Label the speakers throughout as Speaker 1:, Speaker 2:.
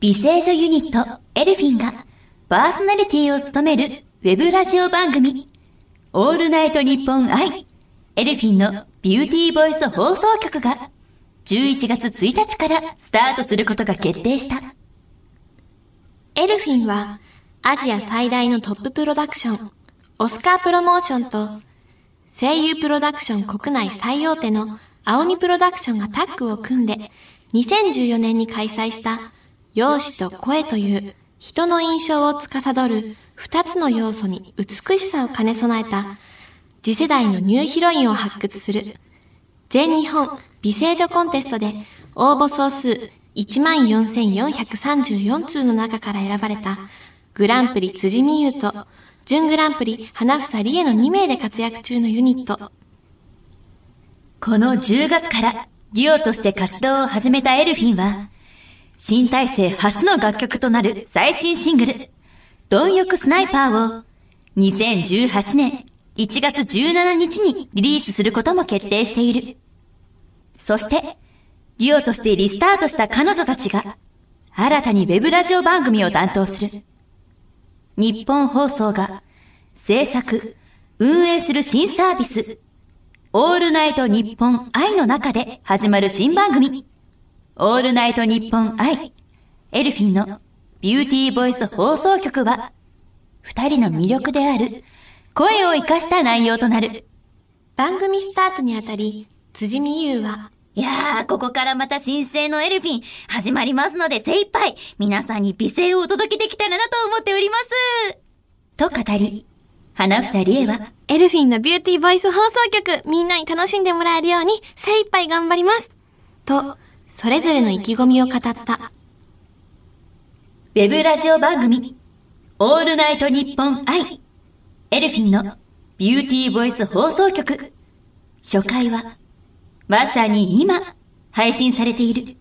Speaker 1: 美声女ユニット、エルフィンが、パーソナリティを務めるウェブラジオ番組、オールナイトニッポン愛、エルフィンのビューティーボイス放送局が、11月1日からスタートすることが決定した。
Speaker 2: エルフィンは、アジア最大のトッププロダクション、オスカープロモーションと、声優プロダクション国内最大手の青鬼プロダクションがタッグを組んで、2014年に開催した、容姿と声という人の印象を司る2つの要素に美しさを兼ね備えた、次世代のニューヒロインを発掘する、全日本美声女コンテストで応募総数14,434通の中から選ばれたグランプリ辻美優と準グランプリ花房理恵の2名で活躍中のユニット。
Speaker 1: この10月からデュオとして活動を始めたエルフィンは、新体制初の楽曲となる最新シングル、貪欲スナイパーを2018年1月17日にリリースすることも決定している。そして、デュオとしてリスタートした彼女たちが、新たにウェブラジオ番組を担当する。日本放送が制作、運営する新サービス、オールナイト日本愛の中で始まる新番組。オールナイト日本愛。エルフィンのビューティーボイス放送局は、二人の魅力である声を活かした内容となる。
Speaker 2: 番組スタートにあたり、辻美優は、
Speaker 1: いやー、ここからまた新生のエルフィン始まりますので精一杯皆さんに美声をお届けできたらなと思っております。と語り、花房理恵は、
Speaker 2: エルフィンのビューティーボイス放送局、みんなに楽しんでもらえるように精一杯頑張ります。と、それぞれの意気込みを語った。
Speaker 1: ウェブラジオ番組、オールナイトニッポン愛、エルフィンのビューティーボイス放送局、初回は、まさに今、配信されている。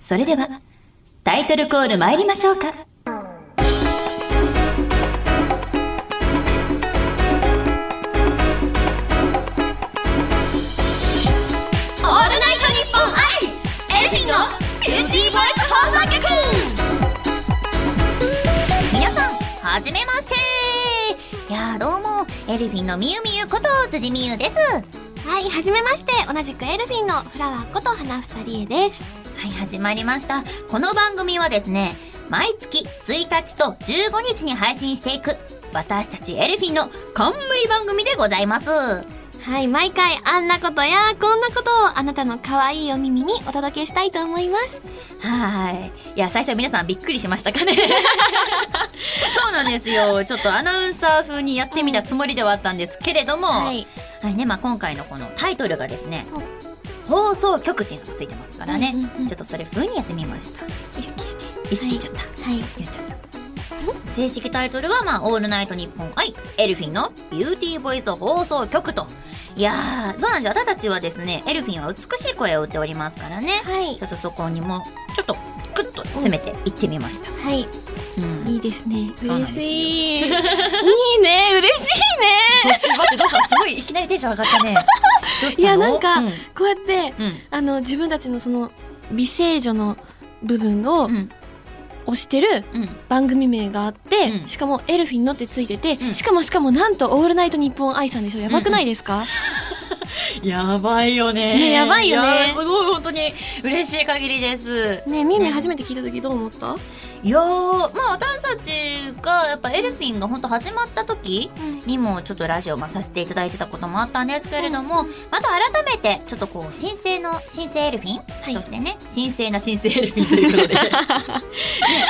Speaker 1: それでは、タイトルコール参りましょうか。
Speaker 2: オールナイトニッポン愛エルフィンのビューティーボイス放送局
Speaker 3: 皆さん、はじめましていやーどうも、エルフィンのみゆみゆこと辻みゆです。は
Speaker 2: はい、はじめまして同じくエルフィンのフラワーこと花房理恵です
Speaker 3: い、始まりました。この番組はですね、毎月1日と15日に配信していく、私たちエルフィンの冠番組でございます。
Speaker 2: はい、毎回あんなことやこんなことをあなたの可愛いお耳にお届けしたいと思います
Speaker 1: はい。いや、最初皆さんびっくりしましたかね。 そうなんですよ。ちょっとアナウンサー風にやってみたつもりではあったんですけれども、は、
Speaker 2: はいい、
Speaker 1: ね、まあ今回のこのタイトルがですね
Speaker 2: うん、
Speaker 1: 放送局っていうのがついてますからね、
Speaker 2: うんうんうん
Speaker 1: ちょっとそれ風にやってみました。
Speaker 2: 意識して
Speaker 1: 意識しちゃった。
Speaker 2: はい、
Speaker 1: やっちゃった。正式タイトルは、まあ、オールナイトニッポン愛、エルフィンのビューティーボイス放送局と。いやー、そうなんですよ。私たちはですね、エルフィンは美しい声を売っておりますからね。
Speaker 2: はい
Speaker 1: ちょっとそこにも、ちょっと、クッと詰めていってみました。
Speaker 2: はい、
Speaker 1: うん。
Speaker 2: いいですね
Speaker 1: うなんで
Speaker 2: 嬉
Speaker 1: すよ
Speaker 2: しいいいね嬉しいね
Speaker 1: 待って、どうしたすごい、いきなりテンション上がったね。どうしたの
Speaker 2: いやなんか、
Speaker 1: うん。
Speaker 2: こうやって
Speaker 1: うん
Speaker 2: あの自分たちのその美声女の部分を
Speaker 1: うん
Speaker 2: 推してる
Speaker 1: うん
Speaker 2: 番組名があって、
Speaker 3: うん
Speaker 2: しかもエルフィンのってついてて、
Speaker 3: うん
Speaker 2: しかもしかもなんとオールナイトニッポン愛さんでしょやばくないですか、
Speaker 1: やばいよね
Speaker 2: ねやばいよね
Speaker 1: やすごい本当に嬉しい限りです
Speaker 2: ねえみーみ
Speaker 1: ね
Speaker 2: ー初めて聞いた時どう思った、
Speaker 3: いやー、まあ私たちがやっぱエルフィンが本当始まった時にもちょっとラジオまあさせていただいてたこともあったんですけれども、また改めてちょっとこう、新生の、新生エルフィン、
Speaker 2: はい
Speaker 3: そしてね、新生な新生エルフィンという ことで、ね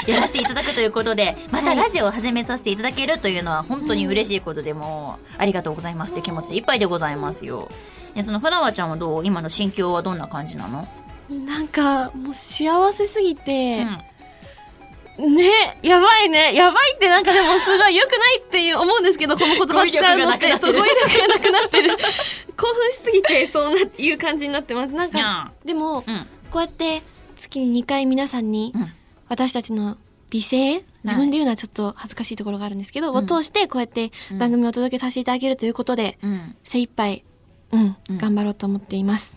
Speaker 3: やらせていただくということで、またラジオを始めさせていただけるというのは本当に嬉しいことでもう、ありがとうございますという気持ちでいっぱいでございますよ。ね、そのフラワーちゃんはどう今の心境はどんな感じなの、
Speaker 2: なんかもう幸せすぎて、
Speaker 3: うん
Speaker 2: ねやばいねやばいってなんかでもすごい良くないっていう思うんですけどこの言葉使うのってすごい力がなくなっ てる興奮しすぎてそうなっていう感じになってますなん
Speaker 3: い
Speaker 2: か
Speaker 3: や
Speaker 2: でも、
Speaker 3: うん
Speaker 2: こうやって月に2回皆さんに
Speaker 3: うん
Speaker 2: 私たちの美声自分で言うのはちょっと恥ずかしいところがあるんですけど、
Speaker 3: うん
Speaker 2: を通してこうやって
Speaker 3: うん
Speaker 2: 番組をお届けさせていただけるということで、
Speaker 3: うん
Speaker 2: 精一杯、うん、
Speaker 3: うん
Speaker 2: 頑張ろうと思っています。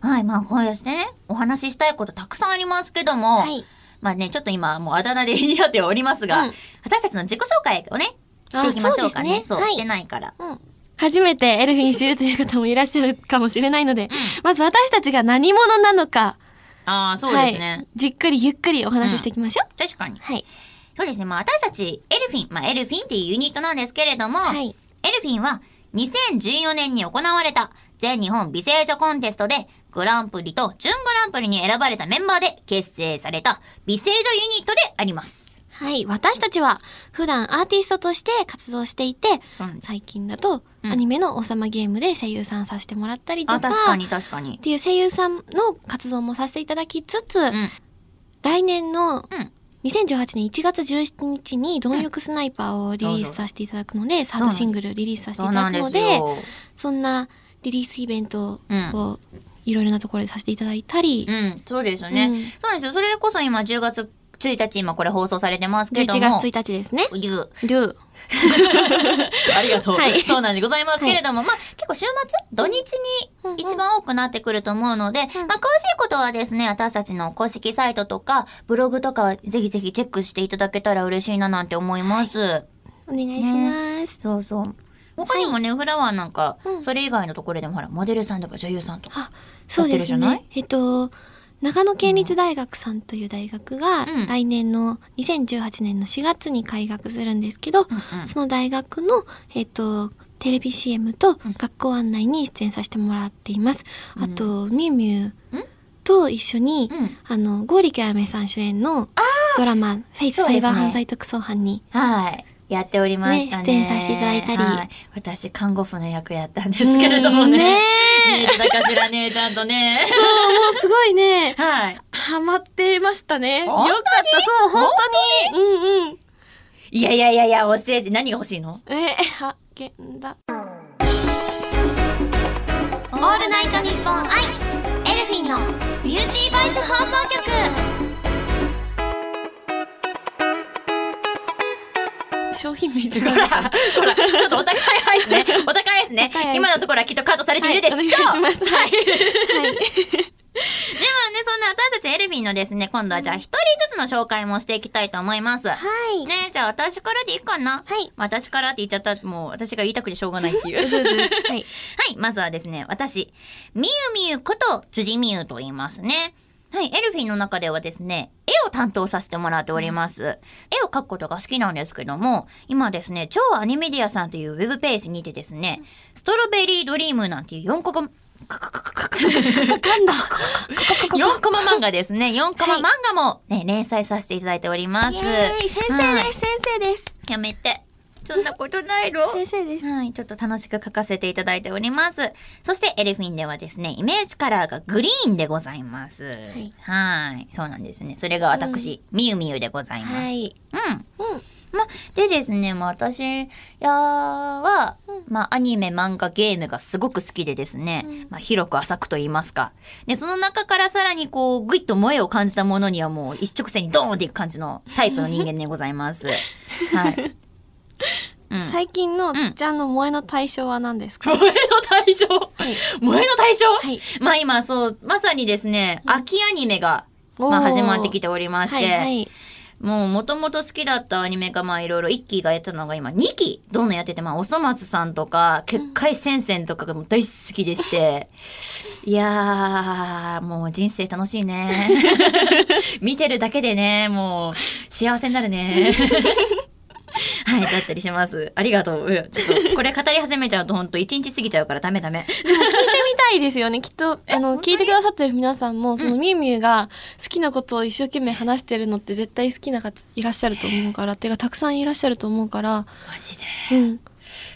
Speaker 3: はい、まあこうしてね、お話ししたいことたくさんありますけども、
Speaker 2: い。
Speaker 1: まあね、ちょっと今、もうあだ名で言い合ってはおりますが、
Speaker 2: うん
Speaker 1: 私たちの自己紹介をね、していきましょうかね。
Speaker 2: あ
Speaker 1: そ
Speaker 2: そううですねはい
Speaker 1: してないから。
Speaker 2: うん初めてエルフィン知るという方もいらっしゃるかもしれないので、まず私たちが何者なのか、
Speaker 1: ああ、そうですね。
Speaker 2: はい、じっくりゆっくりお話ししていきましょう。
Speaker 1: 確かに。
Speaker 2: はい。
Speaker 1: そうですね。まあ私たち、エルフィン、まあエルフィンっていうユニットなんですけれども、
Speaker 2: はい
Speaker 1: エルフィンは2014年に行われた全日本美声女コンテストでグランプリと準グランプリに選ばれたメンバーで結成された美声女ユニットであります。
Speaker 2: はい。私たちは普段アーティストとして活動していて、
Speaker 1: うん
Speaker 2: 最近だと
Speaker 1: うん
Speaker 2: アニメの王様ゲームで声優さんさせてもらったりとか、
Speaker 1: 確かに
Speaker 2: っ。ていう声優さんの活動もさせていただきつつ、
Speaker 1: うん。
Speaker 2: 来年
Speaker 1: う
Speaker 2: の
Speaker 1: ん。
Speaker 2: 2018年1月17日に「貪欲スナイパー」をリリースさせていただくので、サードシングルリリースさせて
Speaker 1: そ
Speaker 2: いた
Speaker 1: うな
Speaker 2: だ
Speaker 1: ん
Speaker 2: く
Speaker 1: で
Speaker 2: の
Speaker 1: す
Speaker 2: で
Speaker 1: よ。
Speaker 2: そんなリリースイベント
Speaker 1: うん
Speaker 2: をいろいろなところでさせていただいたり、
Speaker 1: うん、そうですよね、
Speaker 2: うん
Speaker 1: そうなんですよ。それこそ今10月1日、今これ放送されてますけど
Speaker 2: 11
Speaker 1: も。
Speaker 2: 月1日ですね。
Speaker 1: うぎゅう
Speaker 2: ルー
Speaker 1: ありがとう。
Speaker 2: はい
Speaker 1: そうなんでございますけれども、まあ結構週末土日に一番多くなってくると思うので、
Speaker 2: ん
Speaker 1: まあ詳しいことはですね、私たちの公式サイトとか、ブログとかはぜひぜひチェックしていただけたら嬉しいななんて思います。
Speaker 2: お願いします。
Speaker 1: そうそう。他にもね、フラワーなんか、
Speaker 2: うん
Speaker 1: それ以外のところでもほら、モデルさんとか女優さんとか。
Speaker 2: あ、そうで
Speaker 1: やってるじ
Speaker 2: す
Speaker 1: ゃない
Speaker 2: ね。えっと、長野県立大学さんという大学が
Speaker 1: うん、
Speaker 2: 来年の2018年の4月に開学するんですけ
Speaker 1: う
Speaker 2: ど、
Speaker 1: んうん
Speaker 2: その大学の、えっと、テレビ CM と学校案内に出演させてもらっています。あと、みゆみゆと一緒に、
Speaker 1: うん
Speaker 2: あの、剛力彩芽さん主演のドラマ、フェイス
Speaker 1: そう
Speaker 2: サ
Speaker 1: で
Speaker 2: イ
Speaker 1: すね
Speaker 2: バー犯罪特捜班に、
Speaker 1: はい。やっておりましたね。
Speaker 2: ね出演させていただいたり
Speaker 1: は私、看護婦の役やったんですけれどもね。
Speaker 2: うんね え
Speaker 1: ねえ、田中らね、ちゃんとね。
Speaker 2: もうすごいね、
Speaker 1: はい。
Speaker 2: ハマってましたね。よかっ
Speaker 1: 本当に
Speaker 2: た、そう、本当にうんうん。
Speaker 1: いやいやいやいや、おせえ、何が欲しいの
Speaker 2: えー、発見だ。
Speaker 1: オールナイトニッポンアイエルフィンのビューティーバイス放送局
Speaker 2: 商品名違う。
Speaker 1: ほ ら、ほら、ちょっとお高いアイス ね。お高いアイスね
Speaker 2: 高いアイ。ス
Speaker 1: 今のところはきっとカットされているでしょう、
Speaker 2: はいお願いします
Speaker 1: はい。ではね、 そんな私たちエルフィンのですね、今度はじゃあ一人ずつの紹介もしていきたいと思います。
Speaker 2: はい。
Speaker 1: ねじゃあ私からでいいかな。
Speaker 2: はい
Speaker 1: まあ私からって言っちゃったらもう私が言いたくてしょうがないって いう。
Speaker 2: は
Speaker 1: は
Speaker 2: い。
Speaker 1: い、まずはですね、私、みゆみゆこと辻みゆと言いますね。はい、エルフィンの中ではですね、絵を担当させてもらっております。絵を描くことが好きなんですけども、今ですね、超アニメディアさんというウェブページにてですね、ストロベリードリームなんていう4コマ、
Speaker 2: かんだ。
Speaker 1: 4コマ漫画ですね、4コマ漫画も、ね、連載させていただいております。
Speaker 2: イエーイ先生です、先生です。
Speaker 1: す。やめて。そんなことないの
Speaker 2: 先生です。
Speaker 1: はい、ちょっと楽しく書かせていただいております。そしてエルフィンではですね、イメージカラーがグリーンでございます。はい
Speaker 2: い。
Speaker 1: そうなんですね。それが私、みゆみゆでございます。
Speaker 2: はい。
Speaker 1: うん。
Speaker 2: うん。
Speaker 1: ま、でですね、まあ、私やは、まあ、アニメ、漫画、ゲームがすごく好きでですね、まあ、広く浅くと言いますか。で、その中からさらにこう、ぐいっと萌えを感じたものにはもう一直線にドーンっていく感じのタイプの人間でござい ます。はい。うん
Speaker 2: 最近のつっちゃんの萌えの対象は何ですか、
Speaker 1: 萌えの対象、
Speaker 2: い
Speaker 1: 萌えの対象、
Speaker 2: はい
Speaker 1: まあ今そう、まさにですね、秋アニメが、
Speaker 2: おー
Speaker 1: まあ始まってきておりまして、
Speaker 2: はいはい。
Speaker 1: もう元々好きだったアニメがまあいろいろ1期がやってたのが今2期どんどんやってて、まあおそ松さんとか、結界戦線とかがもう大好きで して、いやー、もう人生楽しいね。 見てるだけでね、もう幸せになる ね。はい、だったりします。ありがとう。うんちょっとこれ語り始めちゃうとほんと1日過ぎちゃうからダメダメ。
Speaker 2: 聞いてみたいですよね。きっと、あの、聞いてくださってる皆さんも、そのみゆみゆが好きなことを一生懸命話してるのって絶対好きな方いらっしゃると思うから、てかたくさんいらっしゃると思うから、
Speaker 1: マジで。
Speaker 2: うん。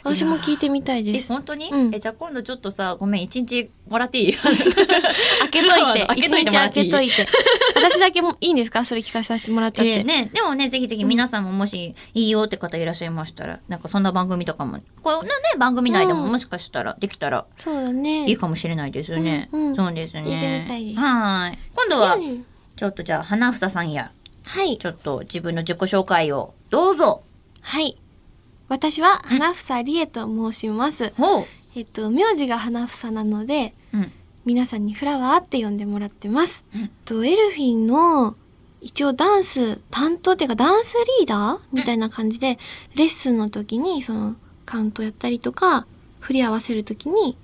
Speaker 2: 私も聞いてみたい
Speaker 1: え、
Speaker 2: です。
Speaker 1: 本当に、
Speaker 2: うん
Speaker 1: え、じゃあ今度ちょっとさ、ごめん、一日もらって いい開
Speaker 2: 開けとい て。
Speaker 1: 開けといて
Speaker 2: 一日
Speaker 1: もらっ
Speaker 2: 開
Speaker 1: てい
Speaker 2: け
Speaker 1: い
Speaker 2: といて。私だけもいいんですかそれ聞かせさせてもらっちゃって。
Speaker 1: えーね、でもね、ぜひぜひ皆さんももしいいよって方いらっしゃいましたら、なんかそんな番組とかも、こうね、番組内でも
Speaker 2: うん
Speaker 1: もしかしたらできたら
Speaker 2: そうだね。
Speaker 1: いいかもしれないですよね。
Speaker 2: うんうん
Speaker 1: そうですね。
Speaker 2: 聞いてみたいです
Speaker 1: はーい。今度は、
Speaker 2: うん
Speaker 1: ちょっとじゃあ、花房さんや、
Speaker 2: はい。
Speaker 1: ちょっと自分の自己紹介をどうぞ。
Speaker 2: はい。私は、花房理恵と申します。
Speaker 1: ほう。
Speaker 2: えっと、名字が花房なので、
Speaker 1: うん。
Speaker 2: 皆さんにフラワーって呼んでもらってます。
Speaker 1: うん
Speaker 2: えっと、エルフィンの一応ダンス担当っていうかダンスリーダーみたいな感じで、レッスンの時にそのカウントやったりとか、振り合わせる時に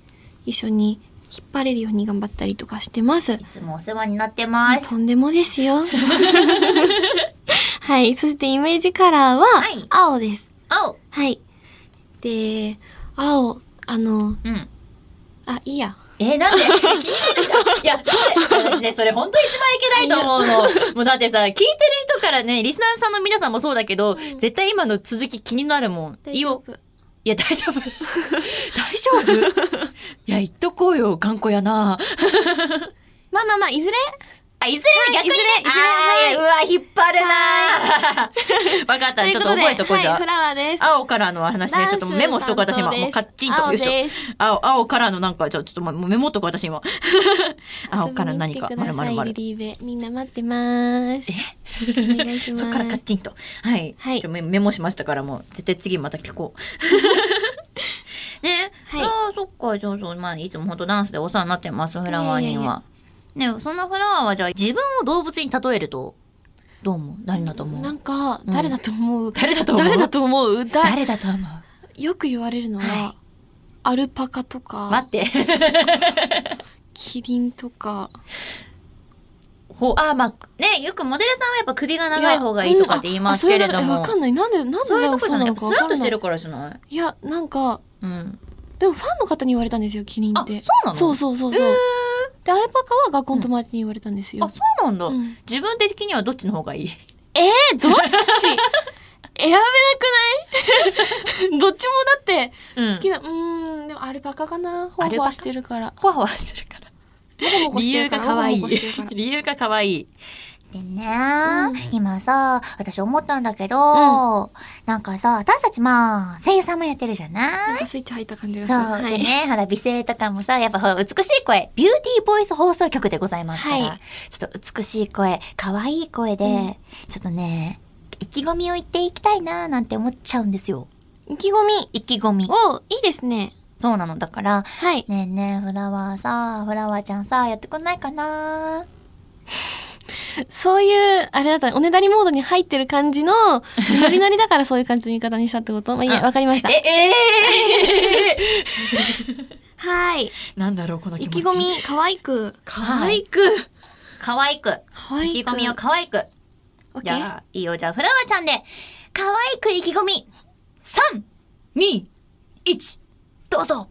Speaker 2: 一緒に引っ張れるように頑張ったりとかしてます
Speaker 1: い。つもお世話になってます。
Speaker 2: とんでもです よ。はい。そしてイメージカラーは
Speaker 1: はい
Speaker 2: 青です。
Speaker 1: 青。
Speaker 2: はい。で、青、あの、
Speaker 1: うん。
Speaker 2: あ、いいや。
Speaker 1: えー、なんで 聞いてるじゃん。いや、それ、私ね、それ本当一番いけないと思うの。もうだってさ、聞いてる人からね、リスナーさんの皆さんもそうだけど、絶対今の続き気になるもん。いいよ。いや、大丈夫。 大丈 夫いや、言っとこうよ、頑固やな。
Speaker 2: まあまあまあ、いずれ
Speaker 1: あ、いずれは逆にね、
Speaker 2: いずれいずれはい
Speaker 1: あーうわ、引っ張る な。わかった、ちょっと覚えとこうじゃ
Speaker 2: はい、フ
Speaker 1: あ。
Speaker 2: ラワーです。
Speaker 1: 青からの話ね、ちょっとメモしとこう
Speaker 2: ダンス
Speaker 1: 私今。もうカッチンと。
Speaker 2: 青
Speaker 1: よいしょ。
Speaker 2: です
Speaker 1: 青、青からのなんか、ちょちょっとまもうメモっとこう私 今。青から何か、
Speaker 2: 遊び
Speaker 1: ま
Speaker 2: に
Speaker 1: るま
Speaker 2: 来てくださ
Speaker 1: る
Speaker 2: い
Speaker 1: まる。
Speaker 2: リリーベみんな待ってます。お願いします。
Speaker 1: そっからカッチンと。はい。
Speaker 2: はい
Speaker 1: ちょメメモしましたからもう、絶対次また聞こ う。ね、
Speaker 2: はい
Speaker 1: ああ、そっか、そうそう。まあ、いつも本当ダンスでお世話になってます、フラワーには。ね、そんなフラワーはじゃあ、自分を動物に例えると、どう思う誰だと思
Speaker 2: なん
Speaker 1: う
Speaker 2: か、
Speaker 1: ん
Speaker 2: 誰だと思う、
Speaker 1: 誰だと思う
Speaker 2: 誰だと思うだ
Speaker 1: 誰だと思う
Speaker 2: よく言われるのは、
Speaker 1: はい
Speaker 2: アルパカとか、
Speaker 1: 待って。
Speaker 2: キリンとか。
Speaker 1: ほあ、まあ、ね、よくモデルさんはやっぱ首が長い方がいいとかって言いますけれど
Speaker 2: いやうんあ
Speaker 1: も
Speaker 2: あ。そういうのえわかんない。なんで、なんで
Speaker 1: そういうとこじゃない。やっぱ
Speaker 2: そう
Speaker 1: ス
Speaker 2: な
Speaker 1: ラ
Speaker 2: のか
Speaker 1: ッと
Speaker 2: わかんない
Speaker 1: してるからじゃない
Speaker 2: いや、なんか、
Speaker 1: うん。
Speaker 2: でもファンの方に言われたんですよ、キリンって。
Speaker 1: あそうなの
Speaker 2: そうそうそうそう。で、アルパカは学校の友達に言われたんですよ。
Speaker 1: あ、そうなんだ。
Speaker 2: うん
Speaker 1: 自分的にはどっちの方がいい
Speaker 2: えー、どっち 選べなくない どっちもだって、
Speaker 1: うん
Speaker 2: 好きな、うーん、でもアルパカかな。ほ
Speaker 1: ア
Speaker 2: わ
Speaker 1: ルパ
Speaker 2: ほ
Speaker 1: カ
Speaker 2: わしてるから。
Speaker 1: ほわほわしてるから。
Speaker 2: もこもこし
Speaker 1: 理
Speaker 2: て
Speaker 1: 由
Speaker 2: るか
Speaker 1: が
Speaker 2: ら
Speaker 1: 可愛い
Speaker 2: もこもこしてるから。。
Speaker 1: 理由が可愛い。
Speaker 4: でね、今さ、私思ったんだけど、
Speaker 2: う
Speaker 4: なんかさ、私たちまあ、声優さんもやってるじゃな
Speaker 2: なん
Speaker 4: い
Speaker 2: かスイッチ入った感じがす
Speaker 4: そ
Speaker 2: る。
Speaker 4: う。でね、ほら、美声とかもさ、やっぱほら、美しい声、ビューティーボイス放送局でございますから、
Speaker 2: はい
Speaker 4: ちょっと美しい声、可愛い声で、
Speaker 2: うん
Speaker 4: ちょっとね、意気込みを言っていきたいなーなんて思っちゃうんですよ。
Speaker 2: 意気込み。
Speaker 4: 意気込み。
Speaker 2: おいいですね。
Speaker 4: そうなの。だから、
Speaker 2: はい。
Speaker 4: ねえねえ、フラワーさ、フラワーちゃんさ、やってくんないかなー
Speaker 2: そういう、あれだったね、おねだりモードに入ってる感じの、ノリノリだからそういう感じの言い方にしたってことまあいいや、
Speaker 1: うん
Speaker 2: わかりました。
Speaker 1: え、え
Speaker 2: はい。
Speaker 1: ー、なんだろう、この気
Speaker 2: 意
Speaker 1: 持ち。
Speaker 2: 気込。み、可愛く。
Speaker 1: 可愛く。可愛く。
Speaker 2: 可愛
Speaker 1: 意
Speaker 2: く。
Speaker 1: 気込みを可愛く。
Speaker 2: オッケ
Speaker 1: じ
Speaker 2: ー。
Speaker 1: ゃあ、いいよ。じゃあ、フラワーちゃんで、可愛く意気込み。3、2、1、どうぞ。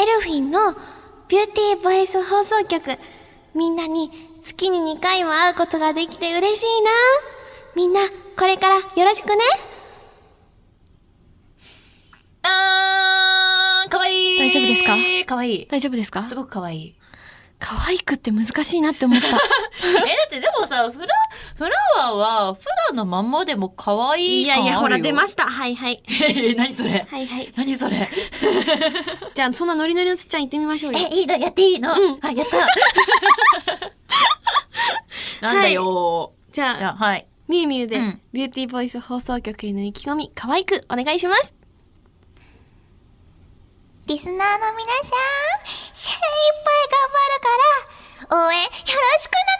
Speaker 2: エルフィンのビューティーボイス放送局。みんなに月に2回も会うことができて嬉しいな。みんな、これからよろしくね。
Speaker 1: あー、可愛い。
Speaker 2: 大丈夫ですか
Speaker 1: 可愛い。
Speaker 2: 大丈夫ですか
Speaker 1: すごく可愛い。
Speaker 2: 可愛くって難しいなって思 っ た。
Speaker 1: え、だってでもさ、フラ、フラワーは、普段のまんまでも可愛いし
Speaker 2: した。はいはい。
Speaker 1: た。 えー、何それ
Speaker 2: はいはい。
Speaker 1: 何それ
Speaker 2: じゃあ、そんなノリノリのつっちゃん行ってみましょうよ。
Speaker 4: え、いいのやっていいの、
Speaker 2: うん
Speaker 4: あ、やった。
Speaker 1: なんだよ
Speaker 2: じ
Speaker 1: ー。い
Speaker 2: ゃあ、
Speaker 1: や、はい。
Speaker 2: みゆみゆで
Speaker 1: うん、
Speaker 2: ビューティーボイス放送局への意気込み、可愛くお願いします。
Speaker 4: リスナーの皆さん、精一杯頑張るから、応援よろしくな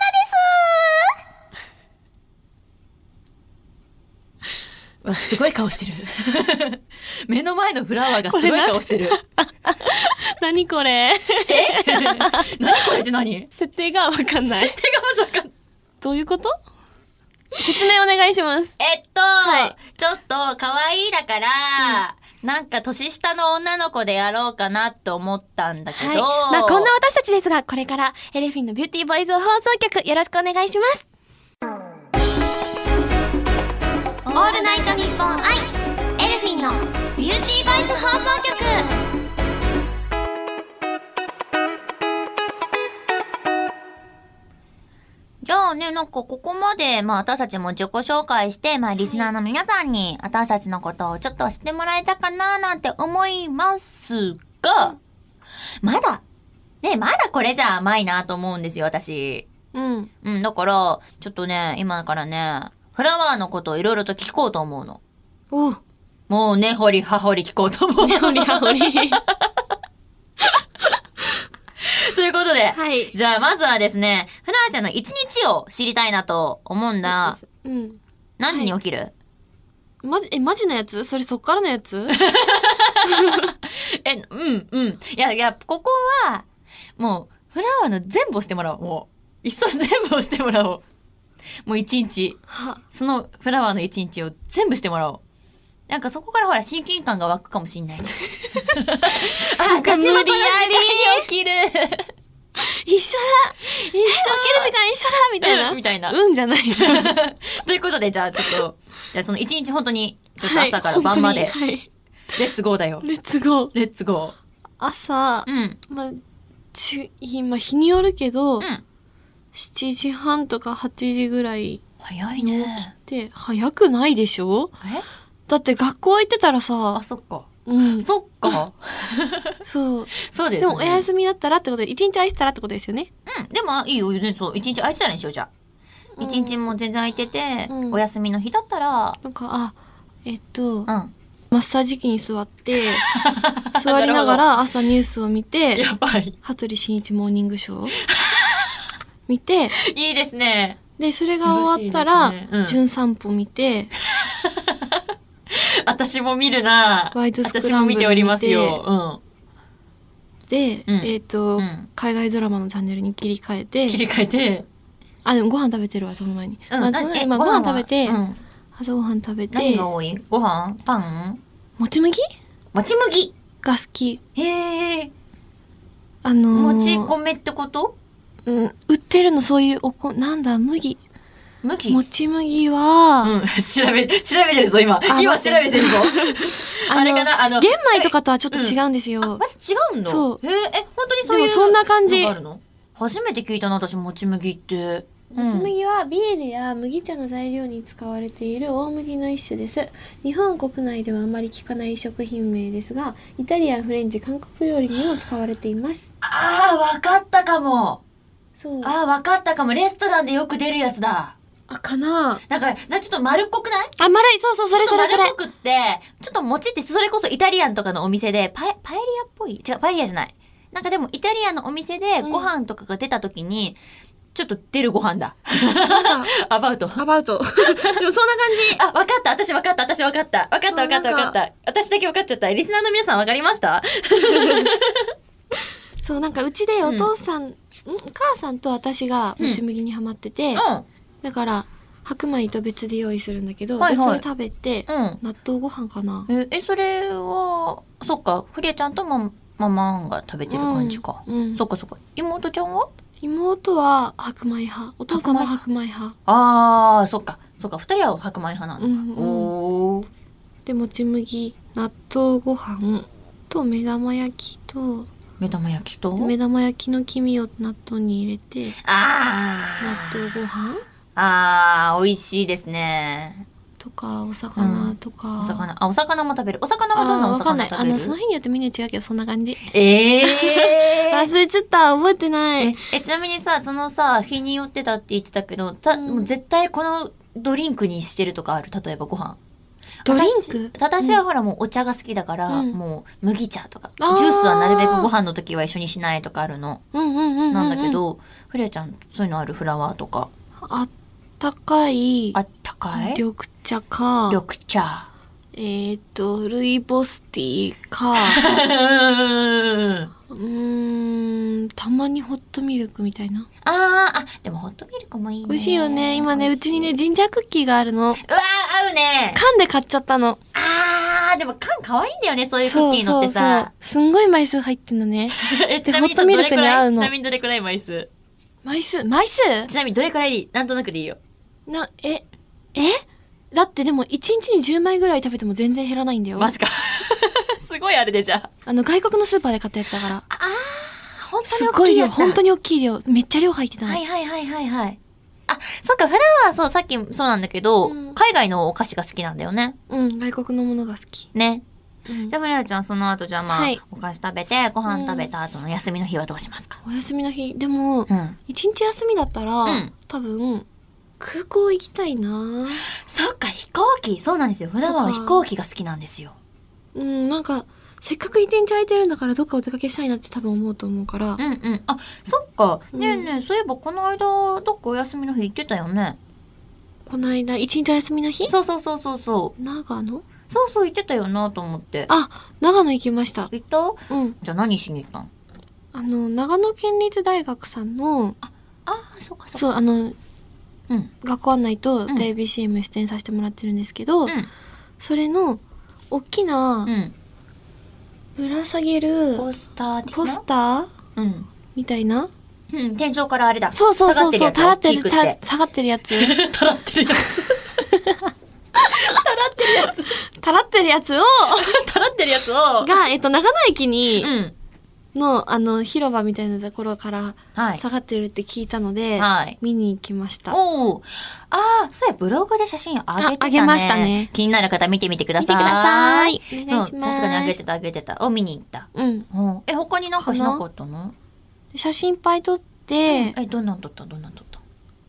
Speaker 1: わ、すごい顔してる。 目の前のフラワーがすごい顔してる。
Speaker 2: 何これ
Speaker 1: 何これって何
Speaker 2: 設定がわかんない。
Speaker 1: 手がまさかん
Speaker 2: どういうこと説明お願いします。
Speaker 1: えっと、
Speaker 2: はい
Speaker 1: ちょっと可愛いだから、なんか年下の女の子でやろうかなと思ったんだけど、
Speaker 2: はい。まあ、こんな私たちですが、これからエレフィンのビューティーボイス放送局、よろしくお願いします。オールナイトニッポン愛エレフィンのビューティーボイス放送局
Speaker 1: じゃあね、なんかここまで、まあ私たちも自己紹介して、まあリスナーの皆さんに私たちのことをちょっと知ってもらえたかななんて思いますが、まだ、ね、まだこれじゃ甘いなと思うんですよ、私。
Speaker 2: うん。
Speaker 1: うん、だから、ちょっとね、今からね、フラワーのことをいろいろと聞こうと思うの。
Speaker 2: おう。
Speaker 1: もうね、ほりはほり聞こうと思う。
Speaker 2: ほりはほり。
Speaker 1: ということで、
Speaker 2: はい
Speaker 1: じゃあまずはですね、フラーちゃんの一日を知りたいなと思うんだ。
Speaker 2: うん。
Speaker 1: 何時に起きる、
Speaker 2: まじ、え、マジのやつそれそっからのやつ
Speaker 1: え、うん、うん。いや、いや、ここは、もう、フラワーの全部をしてもらおう。もう、いっそ全部をしてもらおう。もう一日。
Speaker 2: は、
Speaker 1: そのフラワーの一日を全部してもらおう。なんかそこからほら、親近感が湧くかもし んない。あ、
Speaker 2: か
Speaker 1: 私もこの時間に
Speaker 2: 無理や
Speaker 1: 起きる。
Speaker 2: 一緒だ一緒起きる時間一緒だみたい な。
Speaker 1: うんみたいな
Speaker 2: うんじゃない。
Speaker 1: ということで、じゃあちょっ と、じゃあその一日本当に、ちょっと朝から晩まで、
Speaker 2: はい。本当にはい
Speaker 1: レッツゴーだよ。
Speaker 2: レッツゴー。
Speaker 1: レッツゴ
Speaker 2: 朝
Speaker 1: ー。う、ん。
Speaker 2: まあ、ち、今日によるけど、
Speaker 1: ん
Speaker 2: 7時半とか8時ぐらい
Speaker 1: 早い
Speaker 2: に
Speaker 1: ね。
Speaker 2: 起きて、早くないでしょ
Speaker 1: え
Speaker 2: だって学校行ってたら
Speaker 1: あ、
Speaker 2: さ、
Speaker 1: そっか。
Speaker 2: うん、
Speaker 1: そっか。
Speaker 2: そう。
Speaker 1: そうです、ね。
Speaker 2: でもお休みだったらってことで、一日空いてたらってことですよね。
Speaker 1: うん、でもいいよ、全然そう。一日空いてたらにしよう、じゃあ。
Speaker 2: うん
Speaker 1: 一日も全然空いてて、
Speaker 2: うん
Speaker 1: お休みの日だったら、
Speaker 2: なんか、あ、えっと、
Speaker 1: うん。
Speaker 2: マッサージ機に座 って、座りながら朝ニュースを見て、
Speaker 1: ばい。
Speaker 2: 羽鳥慎一モーニング ショー見て、
Speaker 1: いいですね。
Speaker 2: で、それが終わった
Speaker 1: 楽
Speaker 2: ら、
Speaker 1: しいですねうん
Speaker 2: 純散歩見て、
Speaker 1: 私も見るな
Speaker 2: ワイドスクランブル見て。で、
Speaker 1: うん
Speaker 2: えっ、と、
Speaker 1: うん
Speaker 2: 海外ドラマのチャンネルに切り替えて、
Speaker 1: り替えて。
Speaker 2: あ、でもご飯食べてるわ、その前に。
Speaker 1: うん、
Speaker 2: まあ
Speaker 1: な
Speaker 2: その
Speaker 1: え
Speaker 2: まあご
Speaker 1: は
Speaker 2: 飯食べて、
Speaker 1: うん
Speaker 2: 朝ご飯食べ
Speaker 1: 何
Speaker 2: て、
Speaker 1: が多いご飯パン
Speaker 2: もち麦
Speaker 1: もち麦
Speaker 2: が好き。
Speaker 1: へえ。
Speaker 2: あのー、
Speaker 1: もち米ってこと
Speaker 2: うん、売ってるの、そういうおこ、なんだ、麦。
Speaker 1: 麦
Speaker 2: もち麦は、
Speaker 1: うん、調べ、調べてるぞ、今。
Speaker 2: あ
Speaker 1: 今
Speaker 2: 待
Speaker 1: 調
Speaker 2: っ
Speaker 1: べ
Speaker 2: て
Speaker 1: て るぞ。
Speaker 2: の
Speaker 1: あれかなあの
Speaker 2: 玄米とかとはちょっと違うんですよ。
Speaker 1: あまた違うんだ。
Speaker 2: そう
Speaker 1: へえ、え、本当にそういう。
Speaker 2: でもそんな感じ
Speaker 1: のがあるの初めて聞いたな、私、もち麦って。
Speaker 2: もち麦はビールや麦茶の材料に使われている大麦の一種です日本国内ではあまり聞かない食品名ですがイタリアンフレンチ韓国料理にも使われています
Speaker 1: ああ、わかったかも。
Speaker 2: そうあ
Speaker 1: ああ、わかったかも。レストランでよく出るやつだ。
Speaker 2: かな
Speaker 1: なんか、なんかちょっと丸っこくない
Speaker 2: あ丸いそうそうそれ
Speaker 1: ちょ
Speaker 2: そ
Speaker 1: っ
Speaker 2: れ
Speaker 1: と
Speaker 2: それ
Speaker 1: 丸っこくって、ちょっともちって、それこそイタリアンとかのお店で、パエ、パエリアっぽい違う、パエリアじゃない。なんかでも、イタリアンのお店で
Speaker 2: うん
Speaker 1: ご飯とかが出た時に、ちょっと出るご飯だ。
Speaker 2: なんか
Speaker 1: アバウト。
Speaker 2: アバウト でもそんな感じ
Speaker 1: あ、わかった。私わかった。私わかった。わかった。わかった。わかった。私だけわかっちゃった。リスナーの皆さんわかりました
Speaker 2: そうなんかうちでお父さん、ん、お母さんと私がもち麦にハマってて、
Speaker 1: うん。
Speaker 2: だから白米と別で用意するんだけど、
Speaker 1: はいはい
Speaker 2: でそれ食べて、
Speaker 1: うん。
Speaker 2: 納豆ご飯かな
Speaker 1: え、えそれは、そっか。フリアちゃんとマママンが食べてる感じか。
Speaker 2: うんうん
Speaker 1: そっかそっか。妹ちゃんは
Speaker 2: 妹は白米派お父さんも白米派
Speaker 1: ああ、そっか。そっか。二人は白米派なのか。
Speaker 2: うんうん
Speaker 1: おー
Speaker 2: でもち麦納豆ご飯と目玉焼きと
Speaker 1: 目玉焼きと
Speaker 2: 目玉焼きの黄身を納豆に入れて納
Speaker 1: あ
Speaker 2: 豆ご飯
Speaker 1: あ。ああ、美味しいですね。
Speaker 2: とかお魚とか、
Speaker 1: お魚。あ、お魚も食べる。お魚はどんな
Speaker 2: あ
Speaker 1: お
Speaker 2: ーわかんな
Speaker 1: 魚
Speaker 2: いあのそ
Speaker 1: 食
Speaker 2: の
Speaker 1: べる
Speaker 2: 日によってみんな違うけどそんな感じ、
Speaker 1: ええ ー。
Speaker 2: 忘れちゃった覚えてない
Speaker 1: え、ちなみにさ、そのさ、日によってたって言ってたけど、た、
Speaker 2: うん
Speaker 1: もう絶対このドリンクにしてるとかある例えばご飯。
Speaker 2: ドリンク
Speaker 1: 私私はほらもうお茶が好きだから、
Speaker 2: うん
Speaker 1: もう麦茶とか、ジ
Speaker 2: あー
Speaker 1: ュースはなるべくご飯の時は一緒にしないとかあるの。
Speaker 2: うんうんうんうんうん
Speaker 1: なんだけど、フレアちゃん、そういうのあるフラワーとか。
Speaker 2: あったかい
Speaker 1: あったかい
Speaker 2: 緑茶か
Speaker 1: 緑茶。
Speaker 2: えーっとルイボスティーか うーんたまにホットミルクみたいな
Speaker 1: あー、あ、でもホットミルクもいいね。
Speaker 2: 美味しいよね。今ね、
Speaker 1: 美
Speaker 2: う
Speaker 1: 味し
Speaker 2: ち
Speaker 1: い
Speaker 2: に。ね、ジンジャークッキーがあるの。
Speaker 1: うわー、合うね。
Speaker 2: 缶で買っちゃったの。
Speaker 1: あー、でも缶可愛いんだよね、そういうクッキーのってさ。
Speaker 2: う。すんごい枚数入ってんのね。
Speaker 1: え、
Speaker 2: ちなみにホットミルクに合うの
Speaker 1: ちなみにどれくらい枚数
Speaker 2: 枚数枚数
Speaker 1: ちなみにどれくらいなんとなくでいいよ。
Speaker 2: な、え、えだってでも、1日に10枚ぐらい食べても全然減らないんだよ。
Speaker 1: マジか。 すごいあれでじゃあ。
Speaker 2: あの、外国のスーパーで買ったやつだから。
Speaker 1: 本
Speaker 2: すっごい量、本当
Speaker 1: に
Speaker 2: に大きい量。めっちゃ量入ってた
Speaker 1: 大
Speaker 2: の。
Speaker 1: きいやつだ。はいはいはいはいはい。あ、そっか、フラワー、そう、さっきそうなんだけど、
Speaker 2: うん
Speaker 1: 海外のお菓子が好きなんだよね。
Speaker 2: うん、外国のものが好き。
Speaker 1: ね。
Speaker 2: うん
Speaker 1: じゃあ、フラワーちゃん、その後、じゃあまあ、
Speaker 2: はい
Speaker 1: お菓子食べて、ご飯食べた後の休みの日はどうしますか
Speaker 2: お休みの日。でも、
Speaker 1: うん。
Speaker 2: 一日休みだったら、
Speaker 1: うん
Speaker 2: 多分、空港行きたいな
Speaker 1: そっか、飛行機。そうなんですよ。フラワーは飛行機が好きなんですよ。
Speaker 2: うん、なんか、せっかく一日空いてるんだからどっかお出かけしたいなって多分思うと思うから、
Speaker 1: うんうん。あ、そっか。ねえねえ、そういえばこの間、どっかお休みの日行ってたよね。
Speaker 2: この間一日休みの日
Speaker 1: そうそうそうそうそう。
Speaker 2: 長野
Speaker 1: そうそう行ってたよなと思って。
Speaker 2: あ長野行きました
Speaker 1: 行った
Speaker 2: うん
Speaker 1: じゃあ何しに行ったん
Speaker 2: あの長野県立大学さんの
Speaker 1: ああ、そうか
Speaker 2: そうあの
Speaker 1: う。うん。
Speaker 2: 学校案内と
Speaker 1: ん
Speaker 2: DBCM 出演させてもらってるんですけど、
Speaker 1: う。
Speaker 2: それの大きなん
Speaker 1: うん。
Speaker 2: ぶら下げる
Speaker 1: ポスター的な
Speaker 2: ポスター
Speaker 1: うん。
Speaker 2: みたいな
Speaker 1: うん、天井からあれだ。
Speaker 2: そうそうそうそ
Speaker 1: 下
Speaker 2: うたら
Speaker 1: が
Speaker 2: っ
Speaker 1: って
Speaker 2: て
Speaker 1: るやつ。大きく
Speaker 2: るた
Speaker 1: て。
Speaker 2: 下がってるやつ
Speaker 1: たらってるやつ。
Speaker 2: たらってるやつを
Speaker 1: たらってるやつを。
Speaker 2: が、えっと、長野駅に
Speaker 1: うん。
Speaker 2: のあの広場みたいなところから
Speaker 1: はい。
Speaker 2: 下がってるって聞いたので、
Speaker 1: はい
Speaker 2: 見に行きました。
Speaker 1: おお。ああ、そうや、ブログで写真あげてたね。
Speaker 2: ああげましたね
Speaker 1: 気になる方見てみてくだ
Speaker 2: 見
Speaker 1: さ
Speaker 2: て
Speaker 1: い。
Speaker 2: ください。お願いし
Speaker 1: そう、
Speaker 2: ます。
Speaker 1: 確かにあげてた、あげてた。を見に行った。
Speaker 2: うん。
Speaker 1: うん。え、他になんかしなかったの
Speaker 2: 写真いっぱい撮って、
Speaker 1: え、どんなん撮ったどんなん撮った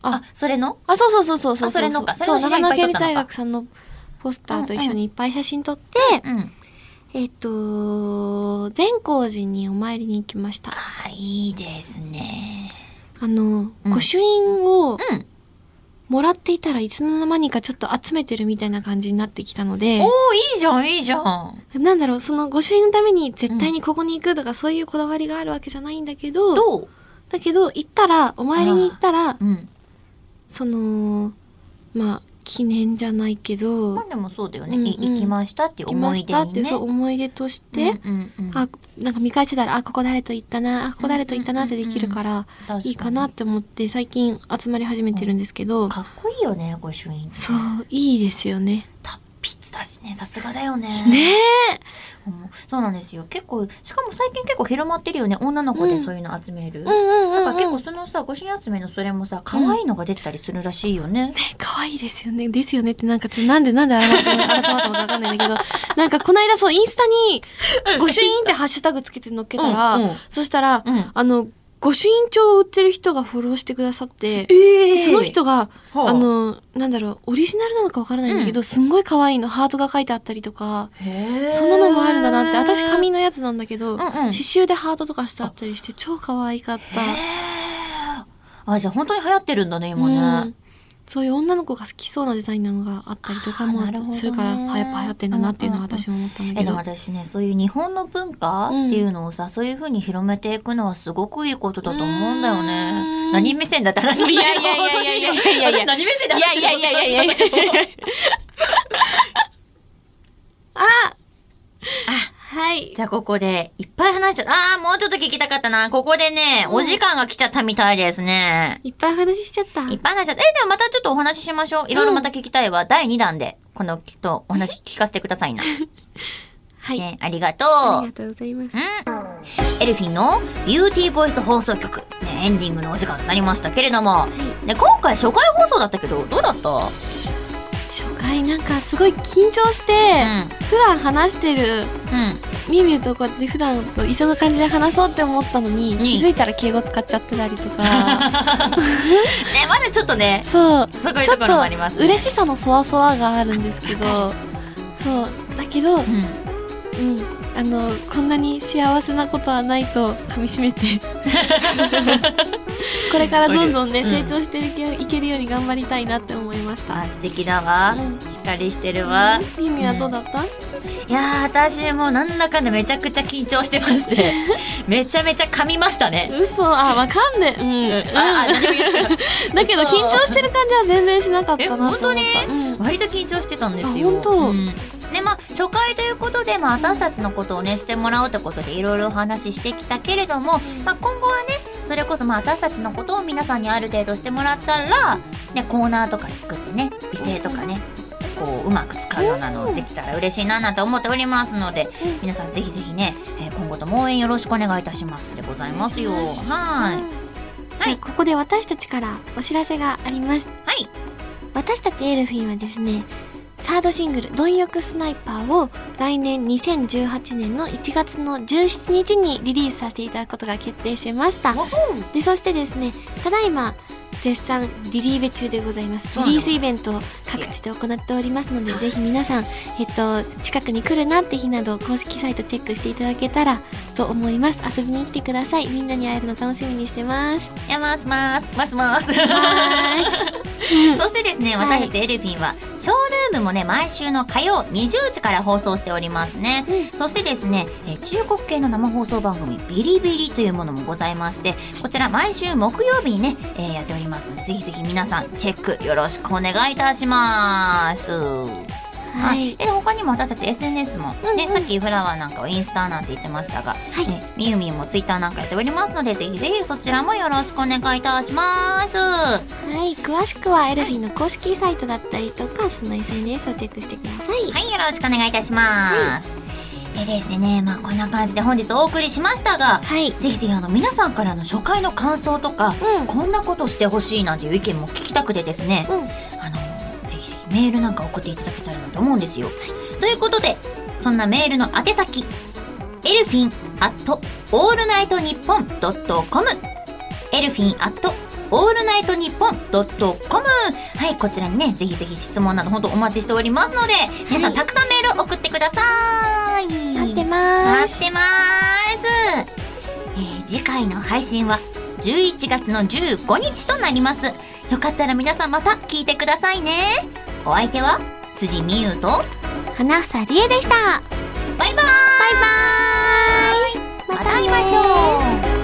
Speaker 2: あ
Speaker 1: あ、それの
Speaker 2: あ、そうそうそうそうそう
Speaker 1: あそれのかそれ
Speaker 2: そう、
Speaker 1: の写
Speaker 2: 長
Speaker 1: 真いっぱい撮
Speaker 2: 野県
Speaker 1: ったの
Speaker 2: 立
Speaker 1: か
Speaker 2: 大学さんのポスターと一緒にいっぱい写真撮って、
Speaker 1: うん。
Speaker 2: えっと、善光寺にお参りに行きました。
Speaker 1: あ、いいですね。
Speaker 2: あの、
Speaker 1: うん
Speaker 2: 御朱印を
Speaker 1: うん。
Speaker 2: もらっていたらいつの間にかちょっと集めてるみたいな感じになってきたので
Speaker 1: お、おいいじゃん、いいじゃん。
Speaker 2: なんだろう、その御朱印のために絶対にここに行くとかそういうこだわりがあるわけじゃないんだけど、
Speaker 1: どう
Speaker 2: だけど行ったら、お参りに行ったら、
Speaker 1: うん。
Speaker 2: その、まあ、記念じゃないけど、
Speaker 1: まあでもそうだよね。
Speaker 2: うん
Speaker 1: い
Speaker 2: うん
Speaker 1: 行きましたっていう
Speaker 2: 行き
Speaker 1: 思
Speaker 2: ま
Speaker 1: い
Speaker 2: し
Speaker 1: 出
Speaker 2: たっ
Speaker 1: に
Speaker 2: て、
Speaker 1: ね。
Speaker 2: そう思い出として、
Speaker 1: うんうんうん。
Speaker 2: あ、なんか見返してたら、あ、ここ誰と行ったな、あ、ここ誰と行ったなってできるから、
Speaker 1: 確に
Speaker 2: いいかなっ。て思って最近集まり始めてるんですけど、
Speaker 1: かっこいいよね、御朱印。
Speaker 2: そう、いいですよね。
Speaker 1: 達筆だしね、さすがだよね。
Speaker 2: ね
Speaker 1: うんそうなんですよ。結構、しかも最近結構広まってるよね。女の子
Speaker 2: う
Speaker 1: で
Speaker 2: ん
Speaker 1: そういうの集める。
Speaker 2: うんうんう
Speaker 1: だ
Speaker 2: ん、
Speaker 1: から結構そのさ、御朱印集めのそれもさ、可愛いのが出てたりするらしいよね。
Speaker 2: 可愛いですよね。ですよねってなんかちょっとなんでなんで改ま改まったのかわかんないんだけど、なんかこの間そうインスタに、御朱印ってハッシュタグつけて載っけたら、
Speaker 1: うんうん
Speaker 2: そしたら、
Speaker 1: うん
Speaker 2: あの、御朱印帳を売ってる人がフォローしてくださっ
Speaker 1: え
Speaker 2: て、でその人が、
Speaker 1: はあ
Speaker 2: あの、なんだろう、オリジナルなのかわからないんだけど、すんごい可愛いの、ハートが書いてあったりとか、そんなのもあるんだなって、私紙のやつなんだけど、
Speaker 1: んうん
Speaker 2: 刺繍でハートとかしてあったりして、超可愛かった。
Speaker 1: あ、じゃあ本当に流行ってるんだね、今
Speaker 2: う
Speaker 1: ね
Speaker 2: ん。そういう女の子が好きそうなデザインなのがあったりとかも
Speaker 1: あーなるほどね
Speaker 2: するから、はやっぱ流行ってんだなっていうのは私も思ったんだ
Speaker 1: え
Speaker 2: け
Speaker 1: で
Speaker 2: ど。
Speaker 1: も私ねそういう日本の文化っていうのをさ、そういう風に広めていくのはすごくいいことだと思うんだよ
Speaker 2: う
Speaker 1: ね
Speaker 2: ん。
Speaker 1: 何目線だって話なんだけど
Speaker 2: いやいやいやいやいやいやい や
Speaker 1: 私何目線で話してるのか
Speaker 2: いやいや いや。あはい。
Speaker 1: じゃあここでいっぱい話しちゃった。あーもうちょっと聞きたかったな。ここでね、お時間が来ちゃったみたいですね。
Speaker 2: いっぱい話しちゃった。
Speaker 1: いっぱい話しちゃった。え、でもまたちょっとお話ししましょう。いろいろまた聞きたいわ。第2弾で、このきっとお話聞かせてくださいな。
Speaker 2: はい。
Speaker 1: ね、ありがと
Speaker 2: あり
Speaker 1: う
Speaker 2: が。とうございます。
Speaker 1: エルフィンのビューティーボイス放送局、ね、エンディングのお時間になりましたけれども、ね、今回初回放送だったけどどうだった、う
Speaker 2: 初回なんかすごい緊張して、
Speaker 1: ん
Speaker 2: 普段話してるみゆみゆとこうやって普段と一緒の感じで話そうって思ったのに、
Speaker 1: ん
Speaker 2: 気づいたら敬語使っちゃってたり とか
Speaker 1: ねまだちょっとね
Speaker 2: そう
Speaker 1: そういうところもありますね
Speaker 2: ちょっと嬉しさのそわそわがあるんですけどそうだけど、うん
Speaker 1: うん
Speaker 2: あのこんなに幸せなことはないと噛み しめてこれからどんどんね、
Speaker 1: うん
Speaker 2: 成長していけいけるように頑張りたいなって思いました。
Speaker 1: あ素敵だわ、
Speaker 2: うん
Speaker 1: しっかりしてるわ、
Speaker 2: みゆみゆはどうだった、
Speaker 1: いやー私もうなんだかんだめちゃくちゃ緊張してまして めちゃめちゃ噛みましたね、
Speaker 2: 嘘あわかんねうん、うん、
Speaker 1: ああ何も言ってなかっ
Speaker 2: だけど緊
Speaker 1: 嘘
Speaker 2: 張してる感じは全然しなかったなと思った。
Speaker 1: え本
Speaker 2: うん
Speaker 1: た割と緊張してたんですよ
Speaker 2: あ本当
Speaker 1: うんでまあ、初回ということで、まあ、私たちのことをねしてもらおうってことでいろいろお話ししてきたけれども、まあ、今後はねそれこそまあ私たちのことを皆さんにある程度してもらったら、ね、コーナーとか作ってね美声とかねこううまく使うようなのできたら嬉しいななんて思っておりますので
Speaker 2: うん
Speaker 1: 皆さんぜひぜひね、えー今後とも応援よろしくお願いいたしますでございますよ。はい、
Speaker 2: じゃあここで私たちからお知らせがあります。
Speaker 1: はい
Speaker 2: 私たちエルフィンはですね、サードシングル、貪欲スナイパーを来年2018年の1月の17日にリリースさせていただくことが決定しました。
Speaker 1: わほー
Speaker 2: で、そしてですね、ただいま、絶賛リリーベ中でございます
Speaker 1: そう
Speaker 2: リ
Speaker 1: なの
Speaker 2: リースイベントを各地で行っておりますのでぜひ皆さん、えっと、近くに来るなって日など公式サイトチェックしていただけたらと思います遊びに来てくださいみんなに会えるの楽しみにし てます
Speaker 1: いやますますますます
Speaker 2: は
Speaker 1: そしてですね、
Speaker 2: はい
Speaker 1: 私たちエルフィンは、ショールームもね、毎週の火曜20時から放送しておりますね。そしてですね、えー中国系の生放送番組、ビリビリというものもございまして、こちら毎週木曜日にね、えーやっておりますので、ぜひぜひ皆さん、チェックよろしくお願いいたします。
Speaker 2: は
Speaker 1: はいい、で他にも私たち SNS も、ね
Speaker 2: うんうん
Speaker 1: さっきフラワーなんかをインスタなんて言ってましたが、
Speaker 2: い
Speaker 1: ね、みゆみゆもツイッターなんかやっておりますのでぜひぜひそちらもよろしくお願いいたします。
Speaker 2: はい、詳しくはエルフィンの公式サイトだったりとかその SNS をチェックしてください
Speaker 1: はい、よろしくお願いいたします。でですね、まあこんな感じで本日お送りしましたが、
Speaker 2: はい
Speaker 1: ぜひぜひあの皆さんからの初回の感想とか、
Speaker 2: うん
Speaker 1: こんなことしてほしいなんていう意見も聞きたくてですね、
Speaker 2: うん
Speaker 1: あのぜひぜひメールなんか送っていただけたらなと思うんですよ。ということでそんなメールの宛先エルフィンアットオールナイトニッポンドットコムエルフィンアットオールナイトニッポンドットコムはいこちらにねぜひぜひ質問など本当お待ちしておりますので、皆さんたくさんメール送ってください
Speaker 2: 待ってます
Speaker 1: 待ってまーす、えー次回の配信は11月の15日となりますよかったら皆さんまた聞いてくださいねお相手は辻美優と
Speaker 2: 花房理恵でした
Speaker 1: バイバーイバイバーイまた会いまし
Speaker 2: また
Speaker 1: ょう